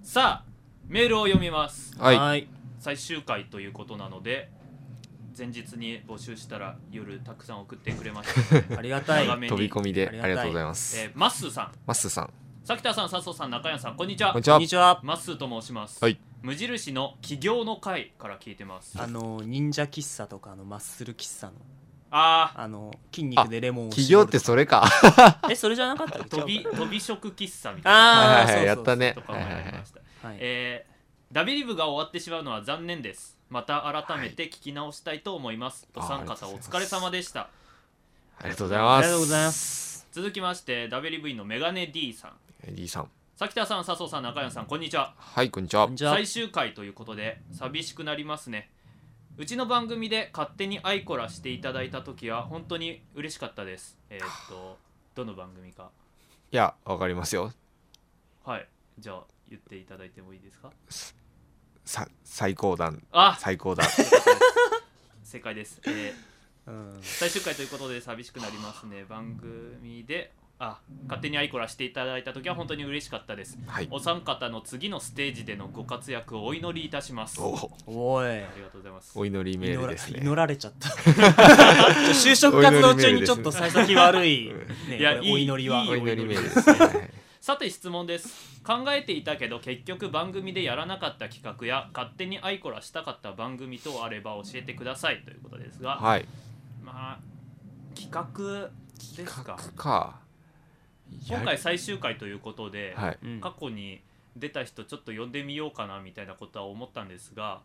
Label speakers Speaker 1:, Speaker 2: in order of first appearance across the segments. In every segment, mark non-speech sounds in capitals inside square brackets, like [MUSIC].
Speaker 1: さあメールを読みます
Speaker 2: はい
Speaker 3: はい
Speaker 1: 最終回ということなので前日に募集したら夜たくさん送ってくれま
Speaker 2: [LAUGHS]
Speaker 1: したので、
Speaker 3: ありが
Speaker 1: [LAUGHS]
Speaker 3: たい
Speaker 1: 長めに
Speaker 2: 飛び込みで
Speaker 3: ありが
Speaker 2: あ
Speaker 3: たい
Speaker 2: りがとうございます
Speaker 1: えーマッスーさん
Speaker 2: マッスーさん
Speaker 1: 佐田さん佐藤さん中山さんこんにちは
Speaker 2: こんにち
Speaker 3: こ
Speaker 2: は
Speaker 3: んにちは
Speaker 1: マッスーと申します、
Speaker 2: はい
Speaker 1: 無印の起業の会から聞いてます
Speaker 3: あの忍者喫茶とかあのマッスル喫茶の
Speaker 1: あ
Speaker 3: あの筋肉でレモンを
Speaker 2: 企業
Speaker 3: 絞
Speaker 2: っ
Speaker 3: る
Speaker 2: てそれか
Speaker 3: えそれじゃなかったっ
Speaker 1: ー
Speaker 3: け
Speaker 1: 飛び飛び食喫茶みたいな
Speaker 2: はい
Speaker 3: ああ
Speaker 2: はいはいやったね
Speaker 1: とか
Speaker 2: は
Speaker 1: も
Speaker 2: い
Speaker 1: や
Speaker 2: はいは
Speaker 1: り
Speaker 2: い
Speaker 1: ました、
Speaker 3: はい
Speaker 1: えーダビリブが終わってしまうのは残念ですまた改めて聞き直したいと思います、
Speaker 2: はい
Speaker 1: お三方お疲れ様でした
Speaker 2: ありがとうございます
Speaker 3: ありがとうございます
Speaker 1: 続きまして WV のメガネ D さん
Speaker 2: D さん
Speaker 1: 崎田さん、笹生さん、中山さん、こんにちは。
Speaker 2: はいこんにちは
Speaker 3: こんにちは
Speaker 1: 最終回ということで、寂しくなりますね。うちの番組で勝手にアイコラしていただいた時は、本当に嬉しかったです。えーっ [SIGHS] と、どの番組か。
Speaker 2: いやわかりますよ
Speaker 1: はい。じゃあ、言っていただいてもいいですか
Speaker 2: さ最高段
Speaker 1: [LAUGHS] あ
Speaker 2: 最高段
Speaker 1: 正解です。えー
Speaker 3: うん
Speaker 1: 最終回ということで寂しくなりますね番組であ勝手にアイコラしていただいた時は本当に嬉しかったです
Speaker 2: はい
Speaker 1: お三方の次のステージでのご活躍 [LAUGHS] をお祈りいたしますあ
Speaker 2: おお
Speaker 3: おい
Speaker 1: りがとうございます
Speaker 2: お祈りメール
Speaker 3: 祈ら
Speaker 2: ですね
Speaker 3: 祈られちゃった
Speaker 2: [LAUGHS]
Speaker 3: 就職活動中にちょっと幸先悪い、ね、
Speaker 1: いや
Speaker 3: こ
Speaker 1: い
Speaker 3: れ
Speaker 1: い
Speaker 3: お祈りは
Speaker 1: 祈
Speaker 2: お
Speaker 1: いい
Speaker 2: 祈りメールです
Speaker 1: [LAUGHS]
Speaker 2: ねはい
Speaker 1: さて質問です考えていたけど結局番組でやらなかった企画や勝手にアイコラしたかった番組等あれば教えてくださいということですが、
Speaker 2: はい
Speaker 1: まあ企画ですか
Speaker 2: かか
Speaker 1: 今
Speaker 2: や
Speaker 1: 回最終回ということで、
Speaker 2: はい
Speaker 3: うん
Speaker 1: 過去に出た人ちょっと呼んでみようかなみたいなことは思ったんですが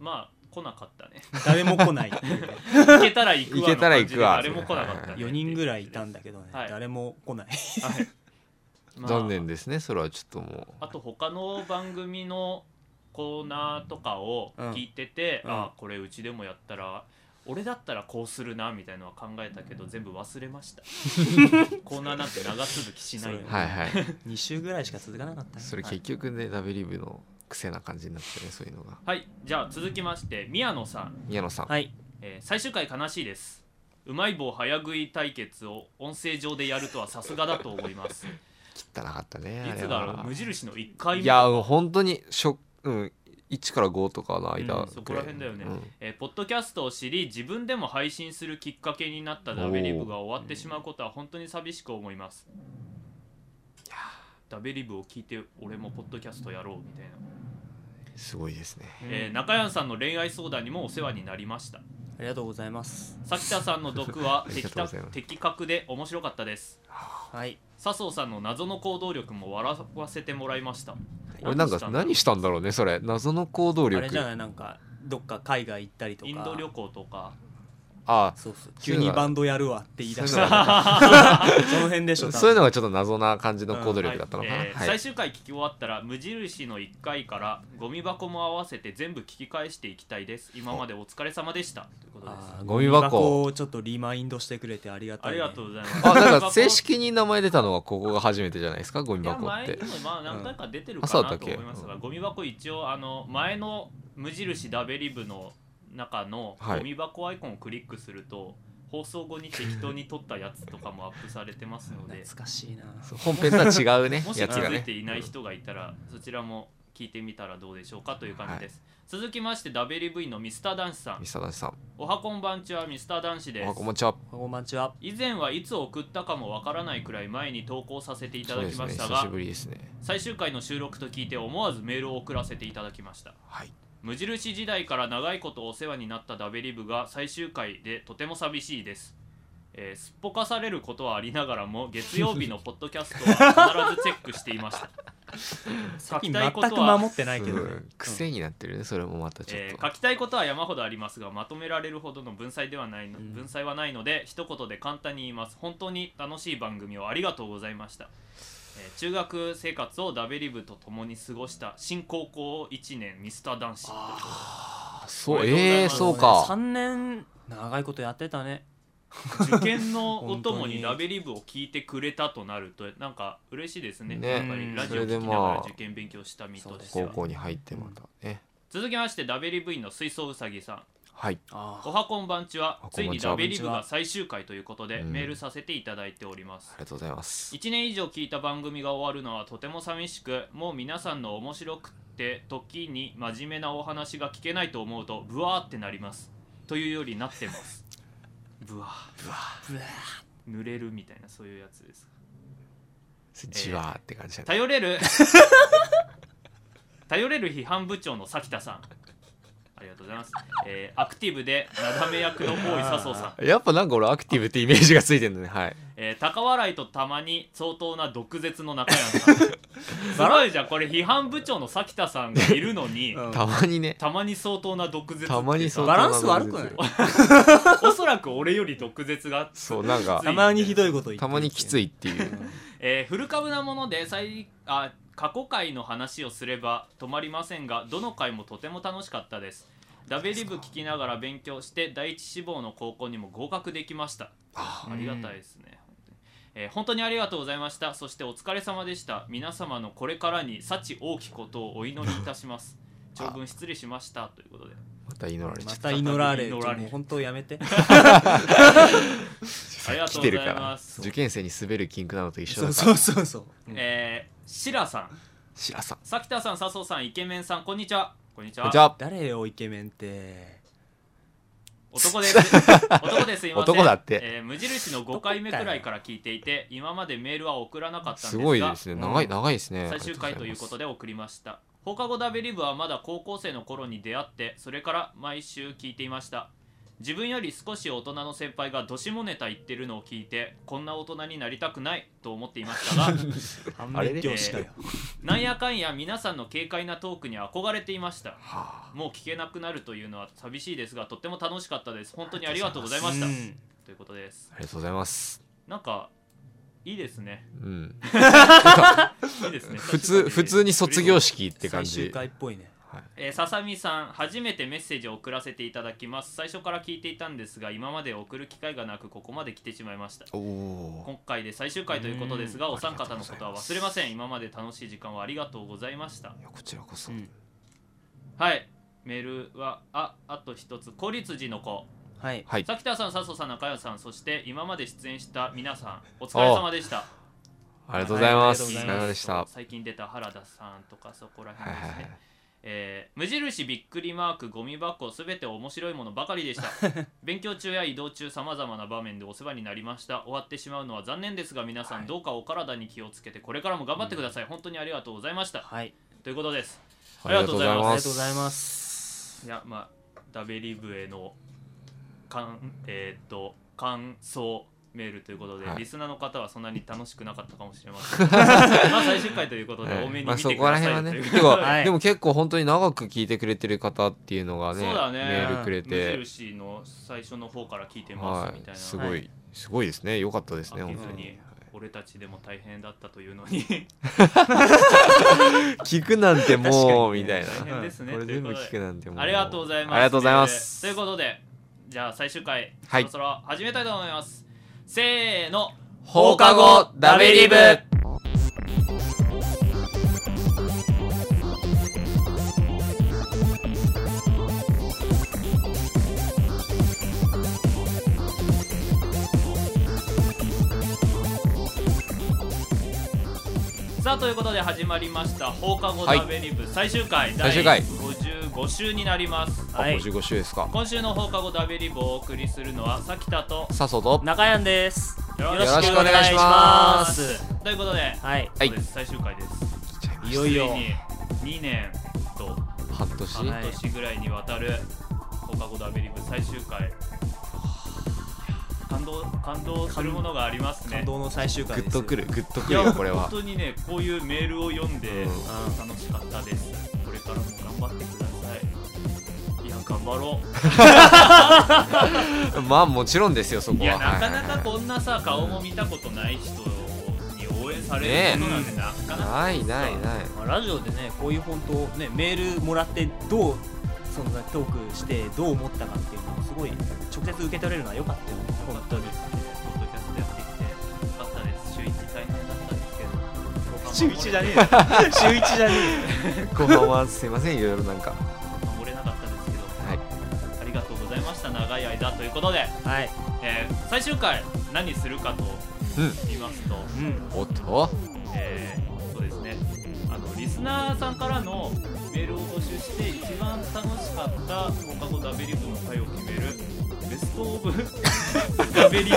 Speaker 1: まあ来なかった
Speaker 2: [LAUGHS]
Speaker 1: ね
Speaker 3: 誰も
Speaker 1: [LAUGHS]
Speaker 3: 来ない
Speaker 1: 行けたら行くわ
Speaker 2: 行けたら行く
Speaker 1: の感
Speaker 2: わ
Speaker 1: じで誰も来なかったね
Speaker 3: 4人ぐらいいたんだけどね、
Speaker 1: はい
Speaker 3: 誰も来ない
Speaker 1: はいまあ
Speaker 2: 残念ですねそれはちょっとも
Speaker 1: あと他の番組のコーナーとかを聞いてて、
Speaker 3: うん
Speaker 1: あこれうちでもやったら俺だったらこうするなみたいなのは考えたけど全部忘れま
Speaker 3: [LAUGHS]
Speaker 1: したコーナーなんて長続きしないの
Speaker 2: う
Speaker 1: で
Speaker 3: そ
Speaker 2: はいはい
Speaker 3: 2週ぐらいしか続かなかったね
Speaker 2: それ結局ね、ダブリブの癖な感じになってねそういうのが
Speaker 1: はいじゃあ続きまして宮野さん
Speaker 2: 宮野さん、
Speaker 3: はい
Speaker 1: えー最終回悲しいですうまい棒早食い対決を音声上でやるとはさすがだと思いますい
Speaker 2: 汚かったねあれ
Speaker 1: つだろう
Speaker 2: は
Speaker 1: 無印の1回目
Speaker 2: いやうん本当にしょ、うん、1から5とかの間、
Speaker 1: うんそこら辺だよね
Speaker 2: うん
Speaker 1: えーポッドキャストを知り自分でも配信するきっかけになったダベリブが終わってしまうことは本当に寂しく思いますダベリブを聞いて俺もポッドキャストやろうみたいな、
Speaker 2: すごいですね
Speaker 1: えー中山さんの恋愛相談にもお世話になりま
Speaker 2: [LAUGHS]
Speaker 1: した
Speaker 3: ありがとうございます
Speaker 1: 咲田さんの毒は
Speaker 2: あり
Speaker 1: 的
Speaker 2: がとうご
Speaker 1: た
Speaker 2: ざいます
Speaker 1: 的確で面白かったです
Speaker 3: はい
Speaker 1: 笹生さんの謎の行動力も笑わせてもらいました
Speaker 2: 俺なんか何したんだろうねそれ謎の行動
Speaker 3: あ
Speaker 2: 力
Speaker 3: れじゃないなんかどっか海外行ったりとか
Speaker 1: インド旅行とか
Speaker 2: あ
Speaker 3: そうそう急にバンドやるわって言い出し
Speaker 2: そういうの
Speaker 3: た [LAUGHS] その辺でしょ多分
Speaker 2: そういうのがちょっと謎な感じの行動力だったのかな、
Speaker 1: はいえー
Speaker 2: はい
Speaker 1: 最終回聞き終わったら無印の1回からゴミ箱も合わせて全部聞き返していきたいです今までお疲れ様でしたということです
Speaker 3: あ
Speaker 1: あ
Speaker 3: ー
Speaker 2: ゴミ箱
Speaker 3: をちょっとリマインドしてくれてありがたい、
Speaker 1: り
Speaker 3: ね、
Speaker 1: がとうございます
Speaker 2: あな
Speaker 1: [LAUGHS]
Speaker 2: んか正
Speaker 1: 正
Speaker 2: 式に名前出たのはここが初めてじゃないですかゴミ
Speaker 1: いや
Speaker 2: 箱っ
Speaker 1: 前に [LAUGHS]
Speaker 2: て
Speaker 1: もまあ何回か出てる
Speaker 2: あ
Speaker 1: か
Speaker 2: そうだ
Speaker 1: な
Speaker 2: っ
Speaker 1: と
Speaker 2: け
Speaker 1: 思いますが、ゴミ箱一応あの前の無印ダベリブの中の
Speaker 2: はい
Speaker 1: ゴミ箱アイコンをクリックすると、放送後に適当に撮ったやつとかもアップされてますので
Speaker 3: 懐かしいな
Speaker 2: 本編とは違うね
Speaker 1: もし気
Speaker 2: やつが
Speaker 1: づい
Speaker 2: ね
Speaker 1: ていない人がいたら、そちらも聞いてみたらどうでしょうかという感じです、続きまして WV のミスター男子さん
Speaker 2: ミサダシさん
Speaker 1: おはこんばんちはミスター男子で
Speaker 2: おは
Speaker 1: す
Speaker 2: こんばんちは
Speaker 3: こんばんちは
Speaker 1: 以前はいつ送ったかもわからないくらい前に投稿させていた
Speaker 2: そう
Speaker 1: だ
Speaker 2: で
Speaker 1: き
Speaker 2: すね
Speaker 1: ました
Speaker 2: 久
Speaker 1: が、
Speaker 2: しぶりですね
Speaker 1: 最終回の収録と聞いて思わずメールを送らせていただきました
Speaker 2: はい
Speaker 1: 無印時代から長いことお世話になったダベリブが最終回でとても寂しいです、えーすっぽかされることはありながらも月曜日のポッドキャストは必ずチェックしていました書きたい
Speaker 3: 全
Speaker 1: こ
Speaker 3: く
Speaker 1: とは
Speaker 3: 守ってないけど、ね
Speaker 2: うん癖になってるねそれもまたちょっ
Speaker 1: えー
Speaker 2: と、
Speaker 1: 書きたいことは山ほどありますがまとめられるほどの文才ではないの、
Speaker 3: うん
Speaker 1: 文才はないので一言で簡単に言います本当に楽しい番組をありがとうございました、えー中学生活をダベリブと共に過ごした新高校1年ミスター男子
Speaker 2: あそう
Speaker 1: ありがとうござい
Speaker 2: えー、
Speaker 1: ます
Speaker 2: そうか
Speaker 3: 3年長いことやってたね
Speaker 1: 受験のお供
Speaker 3: 本当
Speaker 1: に
Speaker 3: に
Speaker 1: ラベリブを聞いてくれたとなるとなんか嬉しいですね
Speaker 2: ね
Speaker 1: やっぱりラジオ聞
Speaker 2: それで
Speaker 1: き
Speaker 2: まあ
Speaker 1: ながら受験勉強した身として
Speaker 3: そ
Speaker 2: 高
Speaker 1: は
Speaker 2: 校に入ってまたね、
Speaker 1: 続きまして WV の水槽うさぎさん
Speaker 2: はい
Speaker 3: あ
Speaker 1: おはこんばんちは
Speaker 2: おはこ
Speaker 1: つ
Speaker 2: ん
Speaker 1: い
Speaker 2: ばん
Speaker 1: に
Speaker 2: ちは
Speaker 1: ラベリブが最終回ということで
Speaker 2: うん
Speaker 1: メールさせていただいております
Speaker 2: ありがとうございます
Speaker 1: 1年以上聞いた番組が終わるのはとても寂しくもう皆さんの面白くて時に真面目なお話が聞けないと思うとブワーってなりますというよりなってますブワー
Speaker 3: ブワー
Speaker 1: 濡れるみたいなそういうやつです
Speaker 2: じわーって感じだね
Speaker 1: 頼れ [LAUGHS] る頼れる批判部長の咲田さんありがとうございます、えーアクティブでなだめ役のボーイ佐藤さん、
Speaker 2: やっぱなんか俺アクティブってイメージがついてんだねはい
Speaker 1: えー高笑いとたまに相当な毒舌の中山さんすごいじゃんこれ批判部長の咲田さんがいるのに
Speaker 3: うん
Speaker 2: たまにね
Speaker 1: たまに相当な毒舌っていうか
Speaker 2: たまに相当
Speaker 3: バランス悪くない
Speaker 2: んですよ
Speaker 1: おそらく俺より毒舌が
Speaker 2: そうなん
Speaker 1: きつ
Speaker 2: か
Speaker 1: い
Speaker 3: たまにひどいこと言ってる
Speaker 2: たまにきついっていう
Speaker 1: えー、フル株なもので最あ過去回の話をすれば止まりませんがどの回もとても楽しかったですダベリブ聞きながら勉強して第一志望の高校にも合格できましたありがたいですね、本当にえー本当にありがとうございましたそしてお疲れ様でした皆様のこれからに幸多きことをお祈りいたします
Speaker 2: [LAUGHS]
Speaker 1: 長文失礼しましたということで
Speaker 2: また祈られちゃ
Speaker 3: ま
Speaker 2: った
Speaker 3: 祈られち
Speaker 1: 祈
Speaker 3: ょっ
Speaker 1: ら
Speaker 3: と
Speaker 1: れ
Speaker 3: もう本当や
Speaker 2: [LAUGHS]
Speaker 3: めて
Speaker 1: ありがとうござ
Speaker 2: た来てるか
Speaker 1: い
Speaker 2: ら
Speaker 1: ます
Speaker 2: 受験生に滑る禁句なのと一緒
Speaker 3: そ
Speaker 2: だ
Speaker 3: う
Speaker 2: か
Speaker 3: そ
Speaker 2: ら
Speaker 3: うそうそう
Speaker 1: えー、シラさん
Speaker 2: しらさん
Speaker 1: 咲田さん佐藤さんイケメンさんこんにちはこんにち
Speaker 2: こん
Speaker 1: は
Speaker 2: にちは
Speaker 3: 誰よイケメンって
Speaker 1: 男
Speaker 2: [LAUGHS]
Speaker 1: です男ですいません
Speaker 2: 男だって
Speaker 1: えー無印の5回目くらいから聞いていて今までメールは送らなかったんですが
Speaker 2: すごいですね長
Speaker 3: う
Speaker 2: い
Speaker 3: ん
Speaker 2: 長いですね
Speaker 1: 最終回ということで
Speaker 2: で
Speaker 1: 送りました放課後ダベリブはまだ高校生の頃に出会ってそれから毎週聞いていました自分より少し大人の先輩がどしもネタ言ってるのを聞いてこんな大人になりたくないと思っていましたが
Speaker 2: [LAUGHS]
Speaker 3: 反
Speaker 2: あれ
Speaker 3: 面教師だよ
Speaker 1: なんやかんや皆さんの軽快なトークに憧れていました
Speaker 2: はあ
Speaker 1: もう聞けなくなるというのは寂しいですがとっても楽しかったです本当にありがとうございました
Speaker 3: うん
Speaker 1: ということです
Speaker 2: ありがとうございます
Speaker 1: なんかいいですね。
Speaker 2: うん
Speaker 1: いいですね。
Speaker 2: 普通普通に卒業
Speaker 1: 式。
Speaker 2: 式って感
Speaker 3: 最終
Speaker 2: じ
Speaker 3: 回っぽいね
Speaker 2: はい
Speaker 1: えーささみさん、初めてメッセージを送らせていただきます。最初から聞いていたんですが、今まで送る機会がなく、ここまで来てしまいました。
Speaker 2: おお
Speaker 1: 今回で最終回ということですが、
Speaker 2: うん
Speaker 1: お三方のことは忘れません。
Speaker 2: あり
Speaker 1: 今まで楽しい時間をありがとうございました。
Speaker 2: いやこちらこそ
Speaker 3: うん
Speaker 1: はい。メールは、あ、あと一つ、孤立寺の子。
Speaker 3: はい
Speaker 2: はい
Speaker 1: さきたさん、佐藤さん、中谷さん、そして今まで出演した皆さん、お疲れ様でした。
Speaker 2: ありがとうございますお
Speaker 3: はいあ
Speaker 2: 疲
Speaker 3: り
Speaker 2: れ
Speaker 3: がとうござい
Speaker 2: 様で
Speaker 3: ます
Speaker 2: した
Speaker 1: 最近出た原田さんとかそこら
Speaker 2: は
Speaker 1: 辺
Speaker 2: い
Speaker 1: です
Speaker 2: は
Speaker 1: ね、
Speaker 2: いはい
Speaker 1: えー無印びっくりマークゴミ箱すべて面白いものばかりでした
Speaker 2: [LAUGHS]
Speaker 1: 勉強中や移動中さまざまな場面でお世話になりました終わってしまうのは残念ですが皆さん
Speaker 2: はい
Speaker 1: どうかお体に気をつけてこれからも頑張ってください、本当にありがとうございました
Speaker 3: はい
Speaker 1: ということです
Speaker 2: ありがとうござい
Speaker 3: あり
Speaker 2: ま
Speaker 3: がとうござい
Speaker 2: す
Speaker 3: ます
Speaker 1: いやまあダベリブへの感えーっと感想メールということで、
Speaker 2: はい
Speaker 1: リスナーの方はそんなに楽しくなかったかもしれません
Speaker 2: [LAUGHS]
Speaker 1: まあ最終回ということで
Speaker 2: はい
Speaker 1: 多めに
Speaker 2: まあ
Speaker 1: 見
Speaker 2: そ
Speaker 1: てく
Speaker 2: こら
Speaker 1: ださ
Speaker 2: 辺は
Speaker 1: と
Speaker 2: い
Speaker 1: [LAUGHS] い
Speaker 2: ね
Speaker 1: うこと
Speaker 2: て
Speaker 1: で
Speaker 2: か
Speaker 3: はい
Speaker 2: でも結構本当に長く聞いてくれてる方っていうのがね
Speaker 1: そうだね
Speaker 2: メールくれ
Speaker 1: 無
Speaker 2: て
Speaker 1: 印の最初の方から聞いてます
Speaker 2: は
Speaker 1: みたいな、
Speaker 2: いす
Speaker 3: は
Speaker 2: ごい
Speaker 3: い
Speaker 2: すごいですね良かったですね
Speaker 1: あ
Speaker 2: 本
Speaker 1: 本
Speaker 2: 当
Speaker 1: 当
Speaker 2: に
Speaker 1: に俺たちでも大変だったというのに
Speaker 2: 聞くなんてもう
Speaker 3: 確かにね
Speaker 2: みたいな
Speaker 1: 大 [LAUGHS] 変ですね
Speaker 2: これ
Speaker 1: という
Speaker 2: 全
Speaker 1: こ
Speaker 2: 部
Speaker 1: とで
Speaker 2: 聞くなんてもう
Speaker 1: ありがとうございます
Speaker 2: ありがとうございます
Speaker 1: ということでじゃあ最終回、
Speaker 2: はい
Speaker 1: そろそろ始めたいと思いますせーの
Speaker 2: 放課後ダベリブ
Speaker 1: さあということで始まりました放課後
Speaker 2: はい
Speaker 1: ダベリブ最終回、
Speaker 2: 最終回
Speaker 1: 第55週になります
Speaker 2: あ
Speaker 3: はい
Speaker 2: 55週ですか
Speaker 1: 今週の放課後ダベリブをお送りするのはさきたと
Speaker 2: さそと
Speaker 3: 中山です
Speaker 1: よ
Speaker 2: ろしくお願いします
Speaker 1: ということで、
Speaker 3: はい
Speaker 2: はい
Speaker 1: そうです最終回です
Speaker 3: いよいよ
Speaker 1: ついに2年と
Speaker 2: 半年
Speaker 1: 半
Speaker 3: はい
Speaker 1: 年ぐらいにわたる放課後ダベリブ最終回感動感動するものがありますね
Speaker 3: 感動の最終
Speaker 2: グ
Speaker 3: 回で
Speaker 2: ッ
Speaker 3: すよ
Speaker 2: とくるグッと
Speaker 1: い
Speaker 2: くる
Speaker 1: や
Speaker 2: よこれは
Speaker 1: 本当にねこういうメールを読んで
Speaker 2: うん
Speaker 1: 楽しかったですこれからも頑張ってくださいいや頑張ろ
Speaker 2: まあもちろんですよそうこ
Speaker 1: い
Speaker 2: は
Speaker 1: やなかな
Speaker 2: は
Speaker 1: か
Speaker 2: いはい
Speaker 1: こんなさ顔も見たことない人に応援されることなんてなかなか
Speaker 2: はいないないない
Speaker 3: まあラジオでねこういう本当ねメールもらってどうそのトークしてどう思ったかっていうのをすごい直接受け取れるのは良かったよね
Speaker 1: よか
Speaker 3: 本
Speaker 1: った
Speaker 3: 当
Speaker 1: で
Speaker 3: に
Speaker 1: すね。ポッドキャストやってきて、よかったです。週一大変だったんですけど。
Speaker 3: 週一じゃねえ
Speaker 1: よ。
Speaker 3: [LAUGHS] 週一じゃね
Speaker 2: 後半はすいませんいろいろなんか [LAUGHS]
Speaker 1: 守れなかったですけど、
Speaker 2: はい
Speaker 1: ありがとうございました長い間ということで、
Speaker 3: はい、
Speaker 1: えー最終回何するかと
Speaker 2: うん
Speaker 1: 言いますと、
Speaker 3: うん、
Speaker 2: おっと
Speaker 1: えーそうですねあのリスナーさんからのメールを募集して一番楽しかった放課後ダベリブの回を決めるベストオブ [LAUGHS] ダベリブ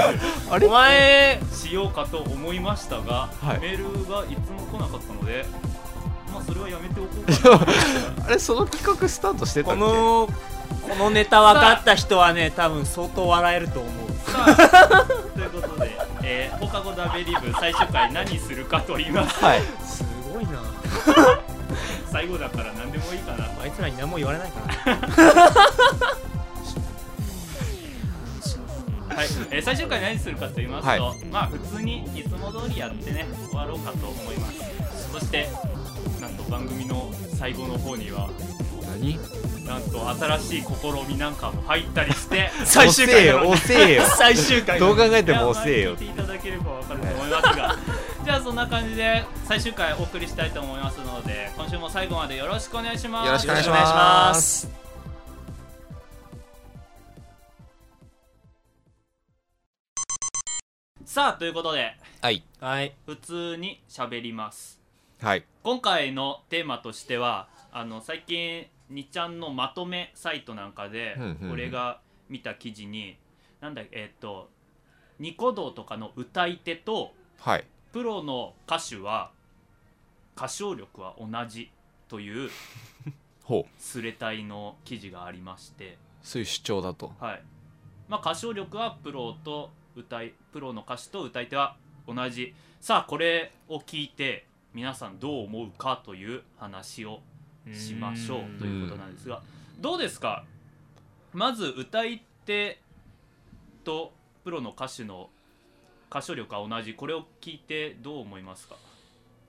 Speaker 2: あれ
Speaker 3: お前
Speaker 1: しようかと思いましたが、
Speaker 2: はい
Speaker 1: メールがいつも来なかったのでまあそれはやめておこ
Speaker 2: [LAUGHS]
Speaker 1: うかなと思いました
Speaker 2: あれその企画スタートしてた
Speaker 3: こ
Speaker 2: っけ
Speaker 3: のこのネタ分かった人はね多分相当笑えると思う
Speaker 1: さあということで、えー、放課後ダベリブ最初回何するかと言います
Speaker 2: はい
Speaker 3: すごいな
Speaker 1: 最後だから何でもいいかな
Speaker 3: あいつらに何も言われないから
Speaker 1: はい、えー最終回何するかと言いますと、
Speaker 2: は
Speaker 1: まあ普通にいつも通りやってね終わろうかと思いますそしてなんと番組の最後の方には
Speaker 2: 何
Speaker 1: なんと新しい試みなんかも入ったりして
Speaker 2: [LAUGHS]
Speaker 3: 最終回なのに
Speaker 2: 遅えよ遅
Speaker 3: [LAUGHS] 最終
Speaker 2: え
Speaker 3: 回
Speaker 2: よどう考えても
Speaker 1: いやまあ
Speaker 2: 遅えよ
Speaker 1: 聞いていただければわかると思います
Speaker 2: [LAUGHS]
Speaker 1: がじゃあそんな感じで最終回お送りしたいと思いますので今週も最後までよろしくお願いします
Speaker 2: よろしくお願いし
Speaker 3: よろしくお願いしま
Speaker 2: ます
Speaker 3: す
Speaker 1: さあということで
Speaker 2: はい
Speaker 3: はい
Speaker 1: 普通に喋ります
Speaker 2: はい
Speaker 1: 今回のテーマとしてはあの最近にちゃんのまとめサイトなんかで
Speaker 2: うんうんうん
Speaker 1: 俺が見た記事になんだっけえっとニコ動とかの歌い手と
Speaker 2: はい
Speaker 1: プロの歌手は歌唱力は同じという
Speaker 2: ほう
Speaker 1: スレタイの記事がありまして、
Speaker 2: そういう主張だと
Speaker 1: はいまあ、歌唱力はプロと歌いプロの歌手と歌い手は同じさあこれを聞いて皆さんどう思うかという話をしましょうということなんですがどうですかまず歌い手とプロの歌手の歌唱力は同じこれを聞いてどう思いますか